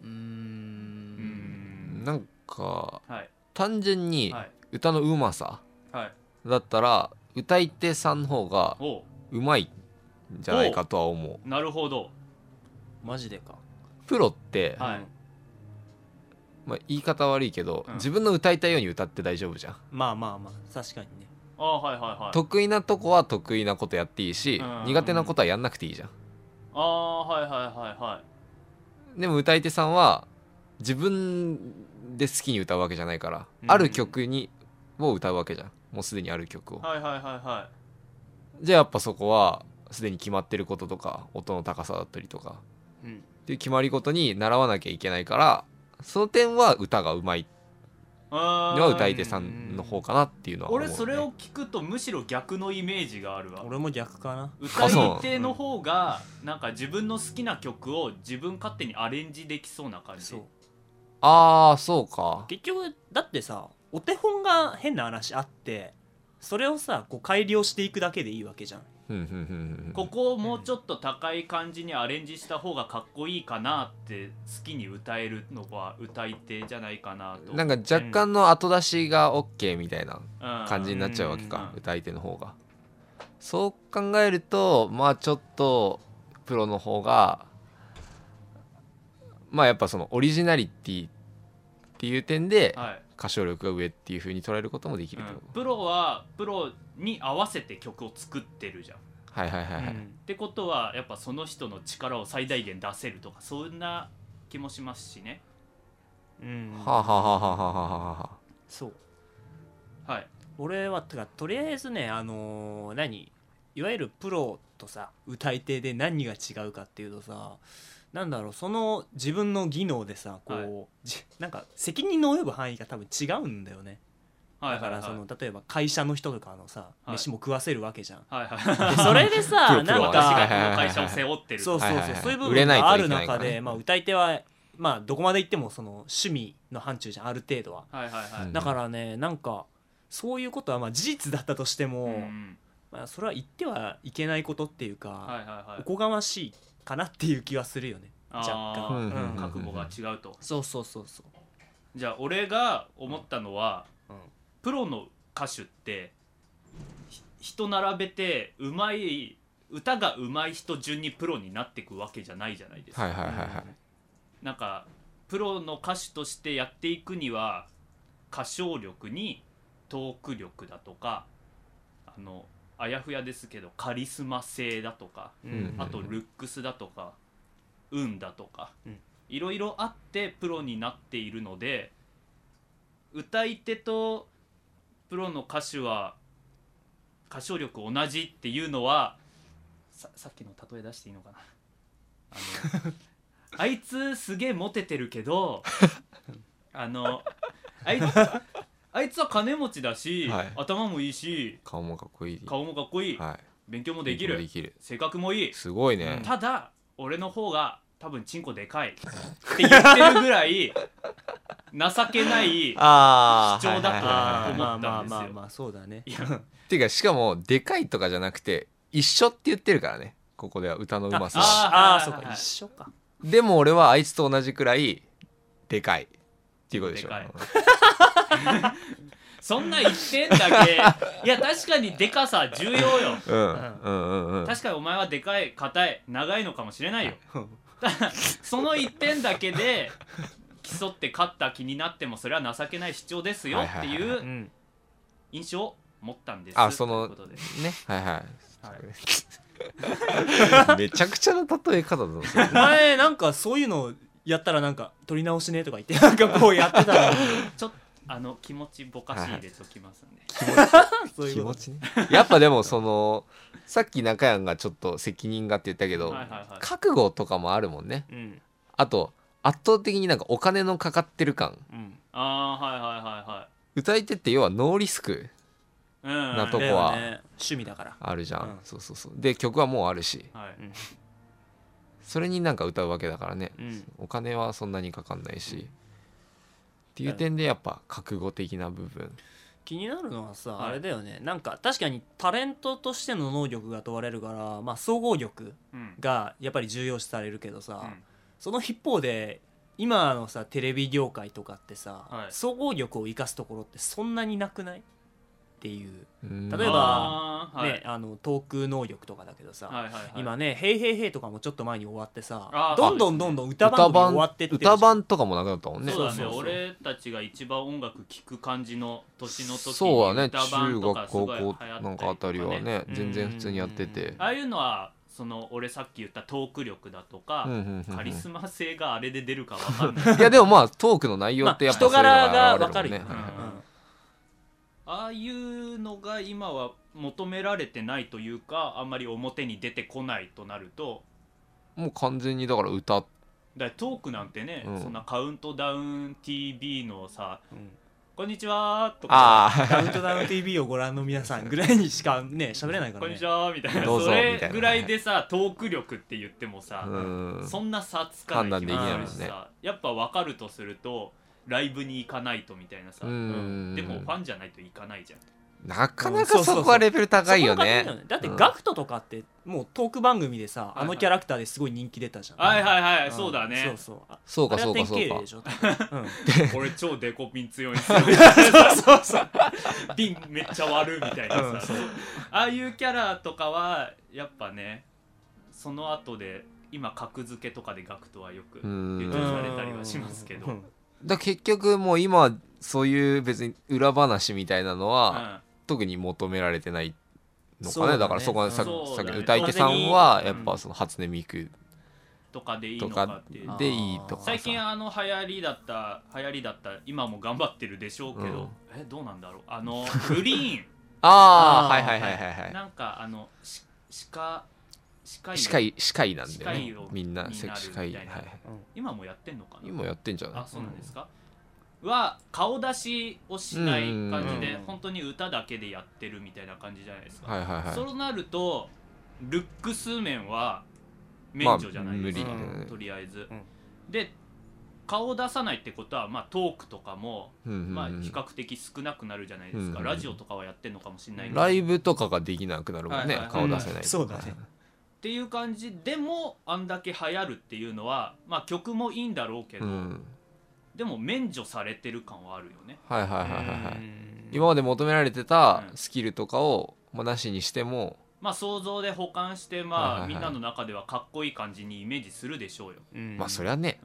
Speaker 3: うー
Speaker 1: うんん
Speaker 2: なんか
Speaker 1: はい
Speaker 2: 単純に
Speaker 1: はい
Speaker 2: 歌のうまさ
Speaker 1: はい
Speaker 2: だったら歌い手さんの方が
Speaker 1: おう
Speaker 2: うまいんじゃないかとは思う
Speaker 1: なるほど
Speaker 3: マジでか
Speaker 2: プロって、
Speaker 1: はい
Speaker 3: うん
Speaker 2: まあ、言い方悪いけど、
Speaker 1: うん
Speaker 2: 自分の歌いたいように歌って大丈夫じゃん
Speaker 3: まあまあまあ確かにね
Speaker 1: ああはいはいはい
Speaker 2: 得意なとこは得意なことやっていいし、
Speaker 1: うん
Speaker 2: 苦手なことはやんなくていいじゃん
Speaker 1: ああはいはいはいはい
Speaker 2: でも歌い手さんは自分で好きに歌うわけじゃないから、
Speaker 1: うん
Speaker 2: ある曲にを歌うわけじゃんもうすでにある曲を、
Speaker 1: はいはいはいは
Speaker 2: じゃあやっぱそこはすでに決まってることとか音の高さだったりとか
Speaker 3: うん
Speaker 2: っていう決まり事に習わなきゃいけないからその点は歌がうまい
Speaker 1: いあー
Speaker 2: のは歌い手さんの方かなっていうのは思うね、
Speaker 1: 俺それを聞くとむしろ逆のイメージがあるわ
Speaker 3: 俺も逆かな
Speaker 1: 歌
Speaker 2: あそ
Speaker 1: いう手の方がなんか自分の好きな曲を自分勝手にアレンジできそうな感じ
Speaker 3: そう
Speaker 2: ああそうか
Speaker 3: 結局だってさお手本が変な話あってそれをさこう改良していくだけでいいわけじゃん
Speaker 2: うんうんうんうん
Speaker 1: ここをもうちょっと高い感じにアレンジした方がかっこいいかなって好きに歌えるのは歌い手じゃないかなと
Speaker 2: なんか若干の後出しが OK みたいな感
Speaker 1: 感
Speaker 2: じになっちゃうわけ
Speaker 3: うん
Speaker 1: うん
Speaker 2: か
Speaker 1: うん
Speaker 2: 歌い手の方がそう考えるとまあちょっとプロの方がまあやっぱそのオリジナリティっていう点で
Speaker 1: はい
Speaker 2: 歌唱力が上っていう風に捉えることもでき
Speaker 1: う
Speaker 2: ると、
Speaker 1: んプロはプロに合わせて曲を作ってるじゃんっ
Speaker 2: はいはいはいはい、
Speaker 1: てことはやっぱその人の力を最大限出せるとかそんな気もしますしね
Speaker 3: うん
Speaker 2: はあ、はあはあはあはあはあは
Speaker 3: そう
Speaker 1: はい
Speaker 3: 俺はてかとりあえずねあのー何いわゆるプロとさ歌い手で何が違うかっていうとさなんだろうその自分の技能でさこう、
Speaker 1: は
Speaker 3: じなんか責任の及ぶ範囲が多分違うんだよね
Speaker 1: はい
Speaker 3: だ
Speaker 1: はいは
Speaker 3: から
Speaker 1: い
Speaker 3: その例えば会社の人とかのさ
Speaker 1: はい
Speaker 3: 飯も食わせるわけじゃん、
Speaker 2: [LAUGHS]
Speaker 1: はいはい
Speaker 3: でそれで
Speaker 2: プ
Speaker 3: [LAUGHS] さ
Speaker 2: ロプ
Speaker 3: な
Speaker 2: ロ
Speaker 3: ん
Speaker 1: 私が
Speaker 3: か
Speaker 1: この会社を背負ってる
Speaker 3: そうそうそう、
Speaker 2: はいはいはい
Speaker 3: そういう部
Speaker 2: 売れ
Speaker 3: 分
Speaker 2: ないと
Speaker 3: がある
Speaker 2: いけないから
Speaker 3: 中で、
Speaker 2: ね
Speaker 3: まあ、歌い手は、まあ、どこまで行ってもその趣味の範疇じゃんある程度は、
Speaker 1: はいはいはい、
Speaker 2: うん
Speaker 3: だからねなんかそういうことはまあ事実だったとしても、
Speaker 1: うん
Speaker 3: まあ、それは言ってはいけないことっていうか、
Speaker 1: はいはいはい
Speaker 3: おこがましいかなっていう気はするよね若
Speaker 1: あ
Speaker 3: 干、
Speaker 1: ー
Speaker 2: うん
Speaker 3: うん
Speaker 2: うん
Speaker 1: 覚悟が違うと
Speaker 3: そうそうそうそう
Speaker 1: じゃあ俺が思ったのは、
Speaker 3: うん
Speaker 1: プロの歌手ってひ人並べてうまい歌がうまい人順にプロになっていくわけじゃないじゃないですか、
Speaker 2: はいはいはいはい
Speaker 1: なんかプロの歌手としてやっていくには歌唱力にトーク力だとかあのあやふやですけどカリスマ性だとか
Speaker 3: うんん
Speaker 1: あとルックスだとか運だとか
Speaker 3: うん
Speaker 1: いろいろあってプロになっているので歌い手とプロの歌手は歌唱力同じっていうのはささっきの例え出していいのかなあ
Speaker 3: [LAUGHS]
Speaker 1: のあいつすげえモテてるけどあのあいつあいつは金持ちだし、
Speaker 2: はい
Speaker 1: 頭もいいし
Speaker 2: 顔もかっこいい
Speaker 1: 顔もかっこいい、
Speaker 2: は
Speaker 1: 勉強も
Speaker 2: い
Speaker 1: できる
Speaker 2: できる
Speaker 1: 性格もいい
Speaker 2: すごいね、
Speaker 1: ただ俺の方が多分チンコでかいって言ってるぐらい情けない
Speaker 2: ああ
Speaker 1: 貴重だと
Speaker 3: あ
Speaker 1: はい
Speaker 3: ー
Speaker 1: はい
Speaker 3: ま
Speaker 1: は
Speaker 3: あ
Speaker 1: い
Speaker 3: まあまあまあそうだね
Speaker 1: いや
Speaker 2: っていうかしかもでかいとかじゃなくて一緒って言ってるからねここでは歌のうまさは
Speaker 3: あ
Speaker 1: あ
Speaker 3: あー
Speaker 1: ー
Speaker 3: そう
Speaker 1: はいはいは
Speaker 3: か
Speaker 1: い
Speaker 3: 一緒か
Speaker 2: でも俺はあいつと同じくらいでかいっていうことでしょ
Speaker 1: でかいそんな1点だけいや確かにでかさ重要よ
Speaker 2: うんうんうんうん
Speaker 1: 確かにお前はでかい硬い長いのかもしれないよ [LAUGHS] ただその1点だけで競って勝った気になってもそれは情けない主張ですよって
Speaker 2: はいはい
Speaker 1: いううん印象を持ったんです
Speaker 2: あその
Speaker 1: ということで
Speaker 2: ねはいは
Speaker 1: はい
Speaker 2: いめちゃくちゃな例え方だぞそれ
Speaker 3: 前なんかそういうのやったらなんか取り直しねとか言ってなんかこうやってたら
Speaker 1: [LAUGHS] ちょっとあの気持ちぼかし入れときますんで、
Speaker 3: そうい
Speaker 2: 気
Speaker 3: う
Speaker 2: 持
Speaker 3: こと
Speaker 2: ちねやっぱでもそのさっき中山がちょっと責任がって言ったけど、
Speaker 1: はいはいはい
Speaker 2: 覚悟とかもあるもんね
Speaker 3: うん
Speaker 2: あと圧倒的になんかお金のかかってる感
Speaker 3: うん
Speaker 1: ああはい
Speaker 2: 歌い手って要はノーリスク
Speaker 1: はいはいはいうん
Speaker 2: なとこ
Speaker 3: だ
Speaker 1: で
Speaker 3: よね趣味だから
Speaker 2: あるじゃん、
Speaker 3: うん
Speaker 2: そうそうそうで曲はもうあるし
Speaker 1: はい
Speaker 3: うん
Speaker 2: それになんか歌うわけだからね
Speaker 3: うん
Speaker 2: お金はそんなにかかんないし、っていう点でやっぱ覚悟的な部分
Speaker 3: 気になるのはさ、
Speaker 1: はい
Speaker 3: あれだよねなんか確かにタレントとしての能力が問われるから、まあ、総合力
Speaker 1: うん
Speaker 3: がやっぱり重要視されるけどさ、
Speaker 1: うん
Speaker 3: その一方で今のさテレビ業界とかってさ、
Speaker 1: はい
Speaker 3: 総合力を生かすところってそんなになくないっていう、
Speaker 2: うん
Speaker 3: 例えば
Speaker 1: あーはい
Speaker 3: ね、あのトーク能力とかだけどさ、
Speaker 1: はいはいはい、
Speaker 3: 今ね「ヘイヘイヘイ」とかもちょっと前に終わってさ
Speaker 1: あー
Speaker 3: どんどんどんどん歌番組終わってってるじゃん
Speaker 2: 歌番とかもなくなったもんね
Speaker 1: そうだね
Speaker 3: そうそうそう
Speaker 1: 俺たちが一番音楽聴く感じの年の時に
Speaker 2: そうだね
Speaker 1: 歌
Speaker 2: 中
Speaker 1: 版とか
Speaker 2: 学
Speaker 1: すご
Speaker 2: 高
Speaker 1: い流行
Speaker 2: 校
Speaker 1: ったりと
Speaker 2: なんかあたりはね
Speaker 3: うん
Speaker 2: 全然普通にやってて
Speaker 1: ああいうのはその俺さっき言ったトーク力だとか、
Speaker 2: うんうんうんうん
Speaker 1: カリスマ性があれで出るかわかん
Speaker 2: [LAUGHS]
Speaker 1: ない
Speaker 2: いやでもまあトークの内容
Speaker 3: ま
Speaker 2: っ
Speaker 3: あ
Speaker 2: てやっぱ
Speaker 3: 人柄が
Speaker 2: わ
Speaker 3: 分かるよね、
Speaker 1: はいはいはいああいうのが今は求められてないというかあんまり表に出てこないとなると
Speaker 2: もう完全にだから歌
Speaker 1: だからトークなんてね、
Speaker 2: うん
Speaker 1: そんなカウントダウン TV のさ
Speaker 3: うんうん
Speaker 1: 「こんにちは」とか
Speaker 2: あ
Speaker 3: カウントダウン TV をご覧の皆さんぐらいにしかね喋れな
Speaker 1: 「
Speaker 3: いか
Speaker 1: こ
Speaker 3: ら
Speaker 1: ん
Speaker 3: ね
Speaker 1: にちは」みたいな
Speaker 2: どうぞ
Speaker 1: そ
Speaker 2: みたい
Speaker 1: れ
Speaker 2: な
Speaker 1: ぐらいでさトーク力って言っても
Speaker 2: あ
Speaker 1: さ、
Speaker 2: うん
Speaker 1: そんな差つかない気もする
Speaker 2: 判断で
Speaker 1: し
Speaker 2: きない
Speaker 1: さ、やっぱ分かるとするとライブに行かないとみたいなさ、
Speaker 2: うん
Speaker 1: でもファンじゃないと行かないじゃん
Speaker 2: なかな
Speaker 3: そ
Speaker 2: か
Speaker 3: うそうそう
Speaker 2: そこはレベル高いよ
Speaker 3: そこが高いんだ
Speaker 2: ね
Speaker 3: だって
Speaker 2: うん
Speaker 3: ガクトとかってもうトーク番組でさ、
Speaker 1: はい
Speaker 3: あのキャラクターですごい人気出たじゃん、
Speaker 1: はいはいはい、
Speaker 3: ん
Speaker 1: そうだね
Speaker 3: そうそうあ
Speaker 2: そうか
Speaker 3: あれ
Speaker 2: そう
Speaker 3: は
Speaker 2: か
Speaker 3: 典
Speaker 2: そう
Speaker 3: 型
Speaker 2: か
Speaker 3: 例でしょ多分うん
Speaker 1: 俺超デコピン強いん
Speaker 2: [LAUGHS]
Speaker 1: ですよ
Speaker 3: そうそう
Speaker 1: ピンめっちゃ悪いみたいなさ、
Speaker 3: うんそう
Speaker 1: ああいうキャラとかはやっぱねその後で今格付けとかでガクトはよく
Speaker 2: うん
Speaker 1: 優
Speaker 2: うん
Speaker 1: 勝されたりはしますけど、
Speaker 3: う
Speaker 1: うんん
Speaker 2: だから結局もう今そういう別に裏話みたいなのは特に求められてないの
Speaker 3: そ
Speaker 2: か
Speaker 3: うだ
Speaker 2: ね
Speaker 3: ね
Speaker 2: だからそこはさ
Speaker 1: そう
Speaker 2: さ
Speaker 1: だ
Speaker 2: っ
Speaker 1: ね
Speaker 2: き歌い手さんはやっぱその初音ミク
Speaker 1: とかでいい
Speaker 2: と
Speaker 1: の
Speaker 2: か
Speaker 1: かっていう
Speaker 3: あ
Speaker 2: でいいとかさ
Speaker 1: 最近あの流行りだった流行りだった今も頑張ってるでしょうけど、えどうなんだろうあのグリ
Speaker 2: [LAUGHS] ああ
Speaker 3: あー
Speaker 2: はいはいはいはいは
Speaker 1: ーン
Speaker 2: い
Speaker 1: なんかあのし鹿鹿
Speaker 2: 歯科医歯科医なんだよ
Speaker 1: 歯科医
Speaker 2: ね
Speaker 1: を
Speaker 2: みんな
Speaker 1: に
Speaker 2: 歯
Speaker 1: なる
Speaker 2: 科医
Speaker 1: み
Speaker 2: は
Speaker 1: た
Speaker 2: い
Speaker 1: いな今もやってんのかな
Speaker 2: 今やってんじゃない
Speaker 1: あそうなんですか、は顔出しをしない感じ
Speaker 3: うんうん
Speaker 1: で
Speaker 3: うん
Speaker 1: 本当に歌だけでやってるみたいな感じじゃないですか、
Speaker 2: はいはいは
Speaker 1: そうなるとルックス面は免除じゃないですか、
Speaker 3: まあ無理
Speaker 1: とりあえず、
Speaker 3: うん
Speaker 1: で顔を出さないってことは、まあ、トークとかも、
Speaker 2: いうんうんうん
Speaker 1: まあ、比較的少なくなるじゃないですか、
Speaker 2: うん
Speaker 1: ラジオとかはやってんのかもしれないけど、
Speaker 2: ラ
Speaker 1: っ
Speaker 2: イブとかができなくなるもんね
Speaker 1: はいはい
Speaker 2: 顔出せないと
Speaker 3: そうだね
Speaker 1: ていう感じでもあんだけ流行るっていうのは、まあ、曲もいいんだろうけ
Speaker 2: う
Speaker 1: ど、
Speaker 2: ん
Speaker 1: でも免除されてる感はあるよね
Speaker 2: はいはいはいはいはい
Speaker 3: うん
Speaker 2: 今まで求められてた
Speaker 1: うん
Speaker 2: スキルとかをまあなしにしても
Speaker 1: まあ想像で保管してまあ、
Speaker 2: はいはいはい
Speaker 1: みんなの中ではかっこいい感じにイメージするでしょうよ、
Speaker 3: うん
Speaker 2: まあそりゃね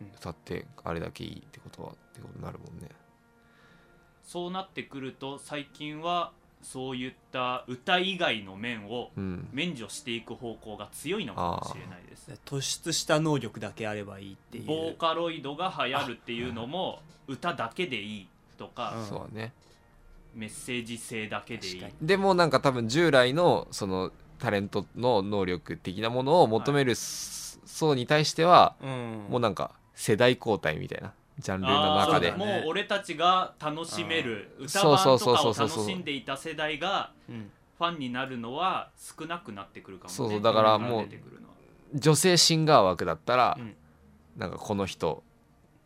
Speaker 1: うん、
Speaker 2: 歌ってあれだけいいってことはってことになるもんね
Speaker 1: そうなってくると最近はそういった歌以外の面を
Speaker 2: うん
Speaker 1: 免除していく方向が強いのかもしれないです
Speaker 3: 突出した能力だけあればいいっていう
Speaker 1: ボーカロイドが流行るっていうのも歌だけでいいとか、
Speaker 2: そうだね
Speaker 1: メッセージ性だけでいい
Speaker 3: 確かに
Speaker 2: でもなんか多分従来のそのタレントの能力的なものを求める層に対しては
Speaker 3: うん
Speaker 2: もうなんか世代交代みたいなジャンルの
Speaker 1: あー
Speaker 2: 中
Speaker 1: そう
Speaker 2: で
Speaker 1: だもう俺たちが楽しめる
Speaker 2: ん
Speaker 1: 歌版とかを
Speaker 2: そうそうそうそう
Speaker 1: 楽
Speaker 2: そう
Speaker 1: しんでいた世代が
Speaker 3: うん
Speaker 1: ファンになるのは少なくなってくるかもね
Speaker 2: そうそうだからもう
Speaker 1: 出てくるのは
Speaker 2: 女性シンガー枠だったら
Speaker 3: うん
Speaker 2: なんかこの人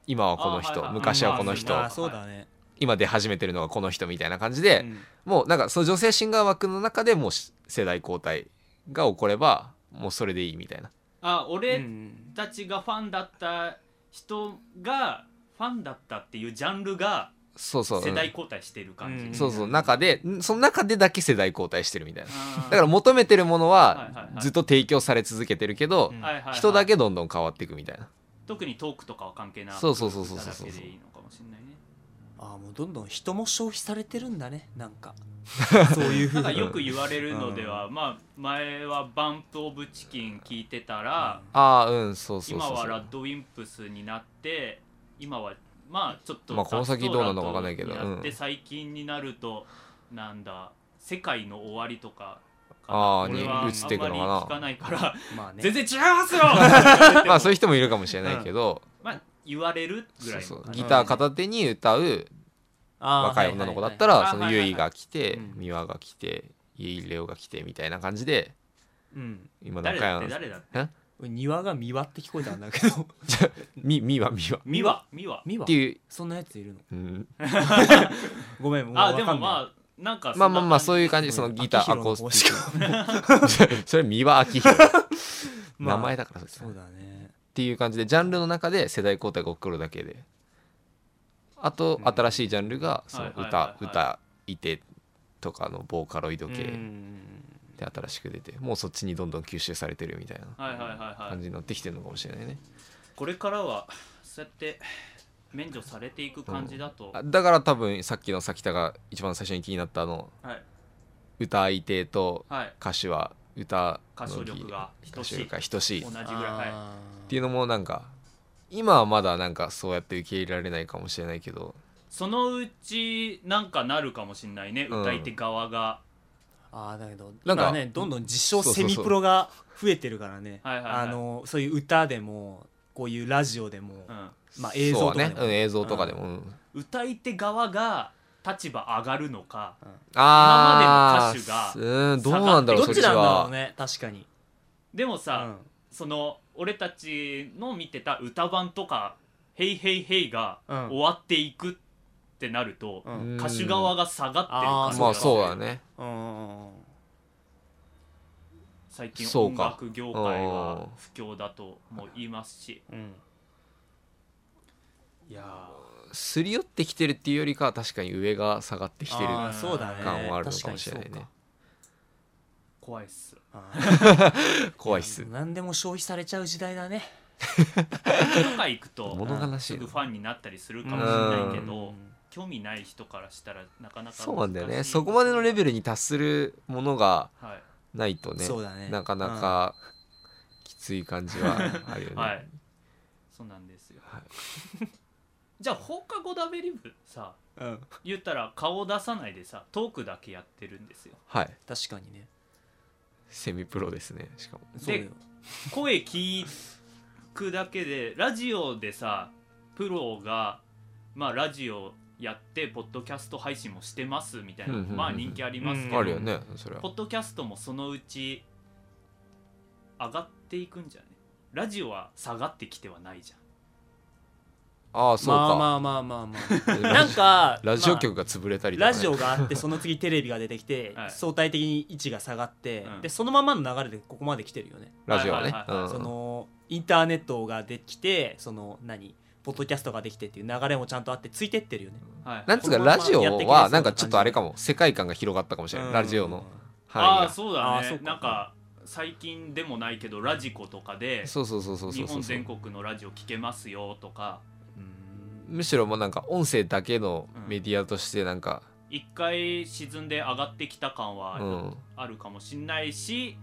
Speaker 2: 今はこの
Speaker 1: あーはい
Speaker 2: 人
Speaker 1: はい
Speaker 2: 昔はこの人
Speaker 3: まあそうだね、
Speaker 2: 今出始めてるのがこの人みたいな感じ
Speaker 3: う
Speaker 2: で
Speaker 3: ん
Speaker 2: もうなんかその女性シンガー枠の中でもう世代交代が起こればもうそれでいいみたいな
Speaker 1: あ俺
Speaker 3: うん
Speaker 1: たちがファンだった人がファンだったっていうジャンルが
Speaker 2: そうそう
Speaker 1: 世代交代してる感じ、
Speaker 3: うん
Speaker 2: そうそう中でんその中でだけ世代交代してるみたいな
Speaker 1: あー
Speaker 2: だから求めてるもの
Speaker 1: はいはい
Speaker 2: は
Speaker 1: はい
Speaker 2: ずっと提供され続けてるけど
Speaker 3: うん
Speaker 1: はいはいはい
Speaker 2: 人だけどんどん変わっていくみたいな
Speaker 1: 特にトークとかは関係なく
Speaker 2: そうそうそうそうそう
Speaker 1: 歌だけでいいのかもしれないね
Speaker 3: ああもうどんどん人も消費されてるんだねなん
Speaker 2: [LAUGHS]
Speaker 3: かそういうふ
Speaker 1: [LAUGHS] な
Speaker 3: うん
Speaker 1: か
Speaker 3: に
Speaker 1: よく言われるのでは、まあ前はバンプ・オブ・チキン聞いてたら、
Speaker 2: ああうんそうそう
Speaker 1: 今
Speaker 2: そうそ
Speaker 1: はラッ
Speaker 2: う
Speaker 1: ドウィンプスになって今はまあちょっと
Speaker 2: まあこの先どうなるのかわかんないけど
Speaker 1: ラッドになって
Speaker 2: うん
Speaker 1: 最近になるとなんだ「世界の終わり」とかか
Speaker 2: あー
Speaker 1: 俺
Speaker 3: に
Speaker 1: はあんまり
Speaker 3: 移って
Speaker 2: いくのかな
Speaker 1: 聞かないから
Speaker 3: まあね
Speaker 1: 全然違いますよって言っても
Speaker 2: [LAUGHS] まあそういう人もいるかもしれないけど
Speaker 1: まあ言われるぐ
Speaker 2: そ
Speaker 1: ら
Speaker 2: う
Speaker 1: いの
Speaker 2: そ
Speaker 1: 感
Speaker 2: う
Speaker 1: じ
Speaker 2: ギター片手に歌う
Speaker 3: ああ
Speaker 2: 若い女の子だった
Speaker 3: は
Speaker 2: ら
Speaker 1: はい
Speaker 2: そ
Speaker 1: はいは
Speaker 2: の
Speaker 1: い
Speaker 2: ユイが来て
Speaker 3: うん
Speaker 2: ミワが来てユイレオが来てみたいな感じで
Speaker 3: いはいはいうん
Speaker 2: 今
Speaker 1: 誰
Speaker 2: 仲
Speaker 1: だっ
Speaker 2: 良
Speaker 1: て
Speaker 2: な
Speaker 1: 誰だって
Speaker 3: 俺庭が三輪って聞こえたんだけど
Speaker 2: ミミワミワっ
Speaker 1: 美和美和
Speaker 3: 三輪
Speaker 2: て
Speaker 3: [LAUGHS]
Speaker 2: いう
Speaker 3: そんなやついるの
Speaker 2: うん
Speaker 3: ごめんもう
Speaker 1: あ
Speaker 3: わ
Speaker 1: で
Speaker 3: か
Speaker 1: も
Speaker 3: んない
Speaker 1: まあなんかそん
Speaker 2: まあ
Speaker 1: な
Speaker 2: まあまあそういう
Speaker 1: 感
Speaker 2: 感じそのギターアコースティック
Speaker 3: ィック
Speaker 2: それ三輪
Speaker 1: [LAUGHS]
Speaker 2: 明宏
Speaker 3: まあ
Speaker 2: 名前だからそれ
Speaker 3: [LAUGHS] そうだね
Speaker 2: っていう感じでジャンルの中で世代交代が起こるだけであと
Speaker 3: うん
Speaker 2: 新しいジャンルがその
Speaker 1: はいはい
Speaker 2: 歌
Speaker 1: はいはい
Speaker 2: 歌い手とかのボーカロイド系
Speaker 3: うん
Speaker 2: で新しく出てもうそっちにどんどん吸収されてるみたいな
Speaker 1: はいはいはいは
Speaker 2: 感
Speaker 1: い
Speaker 2: じになってきてるのかもしれないね
Speaker 1: これからはそうやって免除されていく感じだと、
Speaker 2: あだから多分さっきの咲田が一番最初に気になったあの
Speaker 1: はい
Speaker 2: 歌い手と
Speaker 1: はい
Speaker 2: 歌手は歌の
Speaker 1: 歌唱力が等
Speaker 2: 歌
Speaker 1: し
Speaker 2: 手
Speaker 1: い
Speaker 2: が等しい
Speaker 1: 同
Speaker 2: っ
Speaker 1: じぐらいは
Speaker 3: あー
Speaker 2: ていうのもなんか今はまだなんかそうやって受け入れられないかもしれないけど
Speaker 1: いそのうちなんかなるかもしんないね、
Speaker 2: うん
Speaker 1: 歌い手側が
Speaker 3: あーだけど
Speaker 2: なんか
Speaker 3: 今ねどんどん実証
Speaker 2: そうそうそ
Speaker 3: セ
Speaker 2: う
Speaker 3: ミプロが増えてるからね
Speaker 1: はいはいはい
Speaker 3: あのそういう歌でもこういうラジオでも、
Speaker 1: うん
Speaker 3: まあ映像とかで
Speaker 2: そうね
Speaker 3: も
Speaker 2: うん映像とかでもうん
Speaker 1: 歌い手側が立場上がるのか
Speaker 2: あ
Speaker 1: 今ま
Speaker 2: ー
Speaker 1: で
Speaker 2: うんどうなんだろう
Speaker 3: どっ
Speaker 2: そっ
Speaker 3: ち
Speaker 2: ち
Speaker 3: なんだろ
Speaker 2: は
Speaker 3: うね確かに
Speaker 1: でも
Speaker 3: う
Speaker 1: さ、その俺たちの見てた歌版とか「ヘイヘイヘイ」が
Speaker 3: うん
Speaker 1: 終わっていくってなると、
Speaker 3: うん
Speaker 2: うん
Speaker 1: 歌手側が下がってる感じ
Speaker 3: あ
Speaker 1: が
Speaker 2: まあそうだね
Speaker 3: んうん
Speaker 1: 最近
Speaker 2: そう
Speaker 1: 音
Speaker 2: か
Speaker 1: 楽業界は不況だとも言いますし
Speaker 3: うん
Speaker 1: いやー
Speaker 2: すり寄ってきてるっていうよりかは確かに上が下がってきてる
Speaker 3: あーそうだね
Speaker 2: 感はあるのかもしれないね
Speaker 1: 怖いっす
Speaker 3: 確かにそうか
Speaker 2: [LAUGHS] 怖いっす
Speaker 3: あー何でも消費されちゃう時代だね
Speaker 1: とか行くと
Speaker 2: [LAUGHS] 物悲し
Speaker 1: す
Speaker 2: い
Speaker 1: ぐ
Speaker 2: な
Speaker 1: ファンになったりするかもしれないけど興味ない人からしたらなかなか難しい
Speaker 2: そうなんだよねそこまでのレベルに達するものが
Speaker 1: はい
Speaker 2: ないとね
Speaker 3: そうだね
Speaker 2: なかなかきつい感じはあるよね、
Speaker 3: [LAUGHS]
Speaker 1: はいそうなんですよ、
Speaker 2: はい
Speaker 1: じゃあ放課後ダベリブさ
Speaker 3: うん、うん
Speaker 1: 言ったら顔出さないでさトークだけやってるんですよ
Speaker 2: はい
Speaker 3: 確かにね
Speaker 2: セミプロですねしかも
Speaker 3: そうよ
Speaker 1: 声聞くだけでラジオでさプロがまあラジオやってポッドキャスト配信もしてますみたいな
Speaker 2: うんうんうんうん
Speaker 1: まあ人気ありますけど、
Speaker 3: うん
Speaker 2: あるよねそれは
Speaker 1: ポッドキャストもそのうち上がっていくんじゃねラジオは下がってきてはないじゃん
Speaker 2: ああそう
Speaker 3: まあま
Speaker 2: か、
Speaker 3: あまあまあまあ
Speaker 2: ラ
Speaker 3: なん
Speaker 2: [LAUGHS]
Speaker 3: か
Speaker 2: ラジオ
Speaker 3: ま
Speaker 2: 局が潰れたりとかね、
Speaker 3: あラジオがあってその次テレビが出てきて、
Speaker 1: はい
Speaker 3: 相対的に位置が下がって、
Speaker 1: うん
Speaker 3: でそのままの流れでここまで来てるよね
Speaker 2: ラジオは
Speaker 1: は
Speaker 2: ね
Speaker 1: いはいはいは
Speaker 2: うん
Speaker 3: そのインターネットができてその何ポッドキャストができてっていう流れもちゃんとあってついてってるよね。
Speaker 1: はい
Speaker 2: なんつうか
Speaker 3: このま
Speaker 2: ラ
Speaker 3: ま
Speaker 2: ジオ
Speaker 3: やっていけ
Speaker 2: は
Speaker 3: そうな感じ
Speaker 2: なんかちょっとあれかも世界観が広がったかもしれない、ラジオの
Speaker 1: あ
Speaker 2: 範囲
Speaker 1: あ
Speaker 2: が
Speaker 1: そうだ
Speaker 3: あーそ
Speaker 1: ね
Speaker 3: うか
Speaker 1: なんか最近でもないけどラジコとかで
Speaker 2: そうそうそうそうそ
Speaker 1: 日
Speaker 2: うそ
Speaker 1: 本
Speaker 2: う
Speaker 1: 全国のラジオ聞けますよとか
Speaker 3: うん
Speaker 2: むしろもうなんか音声だけのメディアとしてなんか
Speaker 1: 一回沈んで上がってきた感
Speaker 2: う
Speaker 1: は
Speaker 2: ん
Speaker 1: あるかもしんないし、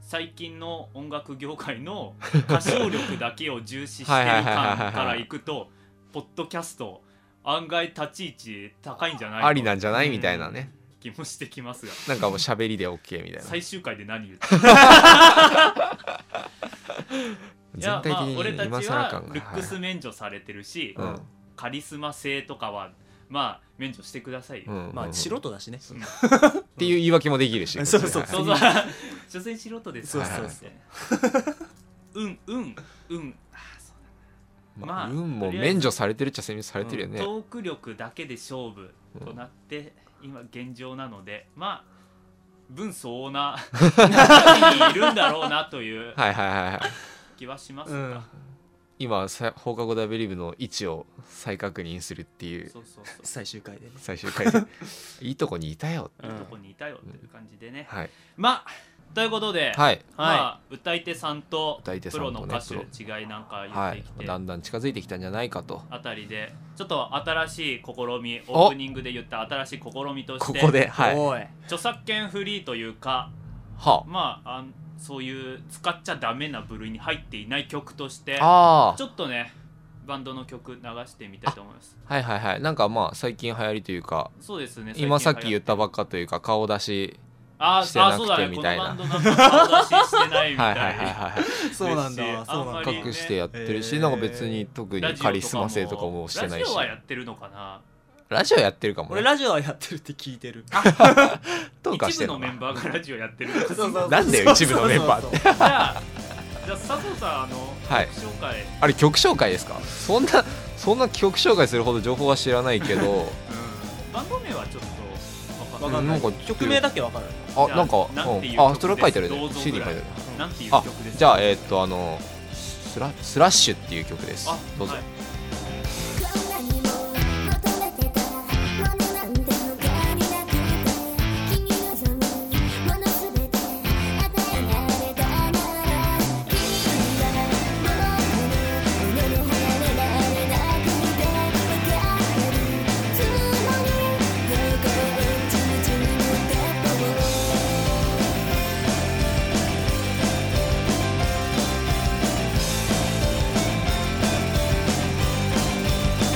Speaker 1: 最近の音楽業界の歌唱力だけを重視してる感からいくとポッドキャスト案外立ち位置高いんじゃない
Speaker 2: ありなん
Speaker 1: じ
Speaker 2: じゃないみたいなね
Speaker 1: 気もしてきますが
Speaker 2: なんかもう喋りで OK みたいな
Speaker 1: 最終回で何言ってい
Speaker 2: 全
Speaker 1: や
Speaker 2: 体的
Speaker 1: まあ
Speaker 2: に
Speaker 1: 俺た
Speaker 2: 今
Speaker 1: ち
Speaker 2: 更
Speaker 1: は
Speaker 2: 感が
Speaker 1: ルック
Speaker 2: は
Speaker 1: ス免除されてるし、
Speaker 2: いうん
Speaker 1: カリスマ性とかはまあ免除してくださいよ、
Speaker 2: うん
Speaker 3: ま
Speaker 2: うん
Speaker 3: あ素人だしね
Speaker 1: うん
Speaker 2: っていう言い訳もできるし
Speaker 3: そうそう
Speaker 2: こっちで
Speaker 1: そうそう [LAUGHS] 所詮素人ですから
Speaker 2: そう
Speaker 1: みたいなうんうんうんあそうま
Speaker 2: はいま
Speaker 1: あ
Speaker 2: あ運も
Speaker 1: とりあえず
Speaker 2: 免除されてるっちゃ免除されてるよ
Speaker 1: だ
Speaker 2: ね
Speaker 1: トーク力だけで勝負となって、今現状なのでまあ分相応なにいるんだろうなという
Speaker 2: [LAUGHS] はいはいはいはい
Speaker 1: 気はします
Speaker 3: う
Speaker 1: が、
Speaker 3: ん
Speaker 2: 今さ放課後ダベリブの位置を再確認するっていう
Speaker 1: そうそうそう
Speaker 3: 最終回でね
Speaker 2: 最終回でいいとこにいたよ
Speaker 1: いいとこにいたよっていう感じでね、
Speaker 2: はい
Speaker 1: まあということで、
Speaker 2: はい
Speaker 1: まあ、歌い手さんと
Speaker 2: 歌い手さ
Speaker 1: プ
Speaker 2: んと
Speaker 1: ロ
Speaker 2: ね
Speaker 1: の歌手違いなんか言っ
Speaker 2: は
Speaker 1: てき
Speaker 2: い
Speaker 1: て、
Speaker 2: だんだん近づいてきたんじゃないかと
Speaker 1: あたりでちょっと新しい試み
Speaker 2: お
Speaker 1: オープニングで言った新しい試みとし
Speaker 2: こ
Speaker 1: て
Speaker 2: こではいは
Speaker 3: おい
Speaker 1: 著作権フリーというかまああんそういう使っちゃダメな部類に入っていない曲として
Speaker 2: ああ
Speaker 1: ちょっとねバンドの曲流してみたいと思います
Speaker 2: はいはいはいなんかまあ最近流行りというか
Speaker 1: そうですね
Speaker 2: 今さっき
Speaker 1: 最
Speaker 2: 言っ
Speaker 1: 近
Speaker 2: た
Speaker 1: 流行
Speaker 2: ばっかというか顔出し
Speaker 1: あ
Speaker 2: してなくて
Speaker 1: あそうだね
Speaker 2: み
Speaker 1: この
Speaker 2: たいな
Speaker 1: バンドなんか顔出ししてないみ
Speaker 2: は
Speaker 1: た
Speaker 2: い
Speaker 1: い
Speaker 2: はいはいはい
Speaker 1: [LAUGHS]
Speaker 3: そうなんだ
Speaker 1: 嬉しい
Speaker 3: そうな
Speaker 1: あんま
Speaker 3: んだ
Speaker 2: は
Speaker 1: り
Speaker 2: い隠してやってるし、
Speaker 3: えー
Speaker 2: なんか別に特にカリスマ性とかもしてない
Speaker 1: ラジ
Speaker 2: し
Speaker 1: オはやってるのかな
Speaker 2: ラジオやってるかも
Speaker 3: 俺
Speaker 2: ね
Speaker 3: ラジオはやってるって聞いてる
Speaker 2: どうかし
Speaker 1: 一
Speaker 2: て
Speaker 1: 部
Speaker 2: ん
Speaker 1: のメ
Speaker 2: の
Speaker 1: ンバーがラジオやってるから
Speaker 3: そうそうそう
Speaker 2: なんだよ一部のメンバーって
Speaker 3: そうそう
Speaker 1: じ
Speaker 3: そう
Speaker 1: ゃあ、じゃあ佐藤さん、あの、
Speaker 2: はい
Speaker 1: 曲紹介、
Speaker 2: あれ曲紹介ですかそんなそんな曲紹介するほど情報は知らない
Speaker 1: [LAUGHS]
Speaker 2: けど
Speaker 1: バンド名はちょっとわ
Speaker 3: わ
Speaker 1: か
Speaker 3: か
Speaker 1: ん
Speaker 3: ん
Speaker 1: ない。
Speaker 3: な
Speaker 2: なんか
Speaker 3: い
Speaker 2: ちょっと
Speaker 3: 曲名だけわかる
Speaker 2: あなんか
Speaker 1: じゃあなんていう
Speaker 2: うんあ
Speaker 1: 曲
Speaker 2: それは書いてあ
Speaker 1: で
Speaker 2: る
Speaker 1: す
Speaker 2: ね
Speaker 1: どうぞ
Speaker 2: CD 書いてある
Speaker 1: なんていう
Speaker 2: あ
Speaker 1: 曲です
Speaker 2: じ
Speaker 1: か
Speaker 2: ゃあえーっとあのスラスラッシュっていう曲です
Speaker 1: あ、
Speaker 2: どうぞ、
Speaker 1: はい
Speaker 4: こんなにも求めてたものなんて他になくて気に望むものすべて与えられたなら君はもう胸に離れられなくて分かってるつまりどこをちみちみ向かって「君の胸に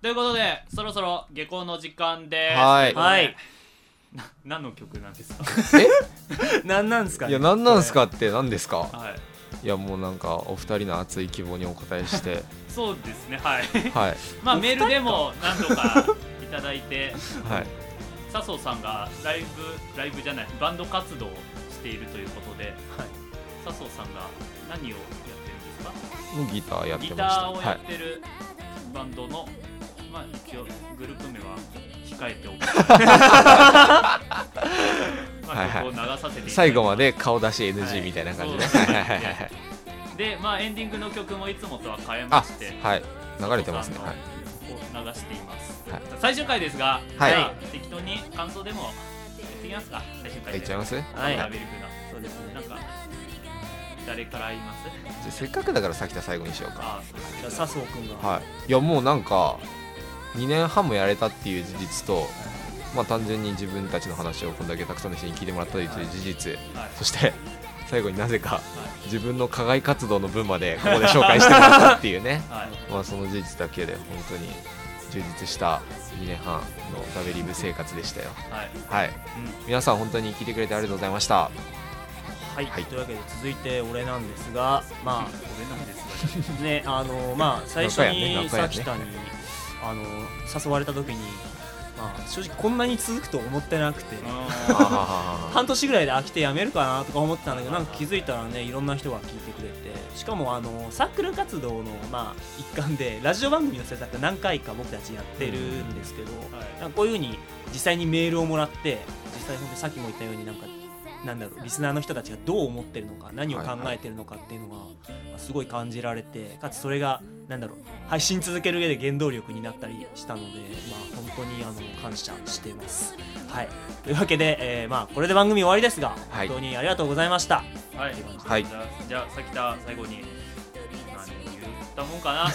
Speaker 1: ということでそろそろ下校の時間です
Speaker 2: はい
Speaker 3: はい
Speaker 1: な何の曲なんですか [LAUGHS]
Speaker 3: 何 [LAUGHS] なんですか、
Speaker 2: い
Speaker 3: ね、
Speaker 2: や何なんすかって何ですか
Speaker 1: はい
Speaker 2: いやもうなんかお二人の熱い希望にお答えして
Speaker 1: [LAUGHS] そうですねはい
Speaker 2: はい
Speaker 1: まあメールでも何度かいただいて [LAUGHS]
Speaker 2: はい
Speaker 1: 笹生さんがライブライブじゃないバンド活動をしているということで
Speaker 3: これ、はい
Speaker 1: 笹生さんが何をやってるんですか
Speaker 2: もうギターやって
Speaker 1: ギ
Speaker 2: まし
Speaker 1: タ
Speaker 2: た
Speaker 1: ーを
Speaker 2: は
Speaker 1: や
Speaker 2: い
Speaker 1: ってるバンドの、まあ一応グループ名は控えておく [LAUGHS] まあ曲を流させていただきます
Speaker 2: 最後まで顔出し
Speaker 1: はい
Speaker 2: NG みたいな感じで
Speaker 1: そう
Speaker 2: はいはいはいはい
Speaker 1: でまあエンディングの曲もいつもとは変えま
Speaker 2: あ
Speaker 1: して
Speaker 2: はい流れてますね
Speaker 1: お父
Speaker 2: はい
Speaker 1: さんのを流しています、
Speaker 2: はい
Speaker 1: 最終回ですが、
Speaker 2: はい
Speaker 1: じゃあ適当に感想でもやってみますか最終回で
Speaker 2: いっちゃいますじ
Speaker 1: は
Speaker 3: はいい
Speaker 1: ラベルブ
Speaker 3: そうですね
Speaker 1: がなんか誰から言います
Speaker 2: ゃあせっかくだからさきた最後にしようか
Speaker 1: あそう
Speaker 3: じゃあ笹生君が
Speaker 2: はいいやもうなんか2年半もやれたっていう事実とまあ単純に自分たちの話をこんだけたくさんの人に聞いてもらったという事実
Speaker 1: はい
Speaker 2: そして最後になぜか
Speaker 1: は
Speaker 2: 自分の課外活動の分までここで紹介してもらったっていうね [LAUGHS]
Speaker 1: い、はい
Speaker 2: まあその事実だけで本当に充実した2年半のダベリブ生活でしたよ
Speaker 1: はい
Speaker 2: はい、皆さん本当に聞いてくれてありがとうございました
Speaker 3: はい、
Speaker 2: はい
Speaker 3: というわけで続いて俺なんですがまあ
Speaker 1: 俺なんです
Speaker 3: ねあのまあ最初
Speaker 2: なん
Speaker 3: に
Speaker 2: かや
Speaker 3: さ
Speaker 2: ね
Speaker 3: きたにあの誘われた時に、まあ、正直こんなに続くと思ってなく
Speaker 1: [LAUGHS]
Speaker 3: て
Speaker 1: がうん
Speaker 2: は [LAUGHS]
Speaker 3: 半年ぐらいで飽きてやめるかなとか思ってたんだけどなんか気づいたらねいろんな人が聞いてくれてしかもあのサークル活動の、まあ、一環でラジオ番組の制作何回か僕たちやってるんですけど、
Speaker 1: はい
Speaker 3: なんかこういうふうに実際にメールをもらって実際本当にさっきも言ったようになんかなんだろうリスナーの人たちがどう思ってるのか何を考えてるのかっていうのが、まあすごい感じられてかつそれがなんだろう配信続ける上で原動力になったりしたので、まあ、本当にあの感謝しています。はい、というわけで、えーまあ、これで番組終わりですが、
Speaker 2: はい
Speaker 3: 本当にありがとうございました。
Speaker 1: はい、
Speaker 2: はい
Speaker 1: じゃあじゃあさきた最後に何言ったもんかな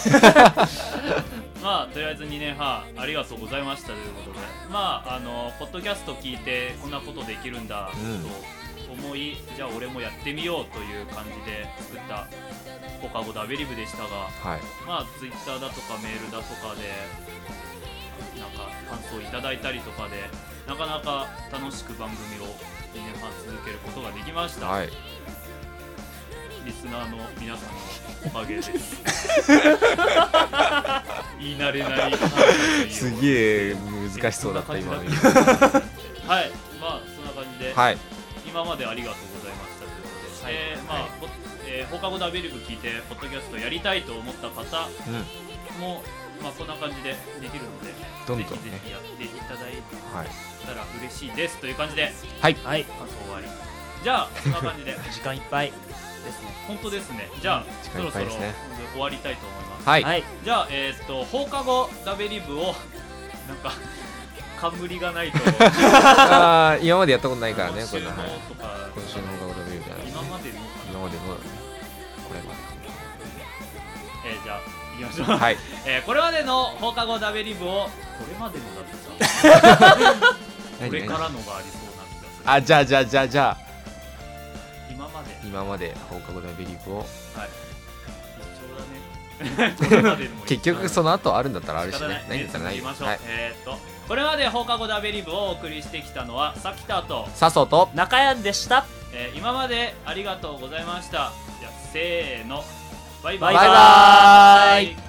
Speaker 2: [LAUGHS]
Speaker 1: まあとりあえず2年半ありがとうございましたということでまああのポッドキャスト聞いてこんなことできるんだと思い、じゃあ俺もやってみようという感じで作った「ポカゴダベリブ」でしたが
Speaker 2: い
Speaker 1: まあツイッターだとかメールだとかでなんか感想いただいたりとかでなかなか楽しく番組を2年半続けることができました、
Speaker 2: はい
Speaker 1: リスナーの皆さんのおかげです [LAUGHS] 言い慣れ
Speaker 2: [LAUGHS]
Speaker 1: ない感じ
Speaker 2: すげえ難しそうだった今の
Speaker 1: はい
Speaker 2: 言う
Speaker 1: まあそんな感じで、
Speaker 2: はい
Speaker 1: 今までありがとうございましたということで、
Speaker 3: はい
Speaker 1: えーまあ、
Speaker 2: はい
Speaker 1: ほえー放課後ダビリブ聞いてポッドキャストやりたいと思った方
Speaker 2: うん
Speaker 1: もまあこんな感じでできるので
Speaker 2: どんどんね
Speaker 1: ぜひぜひやっていただい
Speaker 2: はい
Speaker 1: たら嬉しいですという感じで
Speaker 3: はい、
Speaker 1: 感想終わりじゃあそんな感じで
Speaker 3: 時間いっぱいですね。
Speaker 1: 本当ですねじゃあ
Speaker 2: 時
Speaker 1: そ
Speaker 2: 間い
Speaker 1: ろ
Speaker 2: っ
Speaker 1: そ
Speaker 2: ぱい
Speaker 1: ろ
Speaker 2: ですね
Speaker 1: 終わりたいと思います
Speaker 2: はい、
Speaker 3: はい、
Speaker 1: じゃあ、えーっと放課後ダベリブを [LAUGHS] なんか冠がないと
Speaker 2: あー今までやったことないからね
Speaker 1: 今
Speaker 2: こ
Speaker 1: 週
Speaker 2: れ
Speaker 1: のと
Speaker 2: はい
Speaker 1: か、
Speaker 2: 今週の放課後ダビリブじゃない
Speaker 1: 今までのか
Speaker 2: 今までのこれま
Speaker 1: な、えーじゃあ行きましょう、
Speaker 2: ではい
Speaker 1: えーこれまでの放課後ダベリブをこれまでのだってさこれからのがありそうな気がする
Speaker 2: あじゃあじゃあじゃあじゃあ
Speaker 1: 今まで一
Speaker 2: 今まで放課後ダビリブを [LAUGHS]
Speaker 1: 緒だねこれまでのも一緒
Speaker 2: 結局その後あるんだったらあるし
Speaker 1: 仕
Speaker 2: ね
Speaker 1: 方ない
Speaker 2: ないんだったらない
Speaker 1: 行き
Speaker 2: よ
Speaker 1: ましょう、
Speaker 2: はい
Speaker 1: えーっとこれまで放課後ダベリブをお送りしてきたのはさきたと
Speaker 2: 笹生と
Speaker 3: 中谷でした。
Speaker 1: えー今までありがとうございました。じゃあせーの、バイバイ
Speaker 3: バイバーイ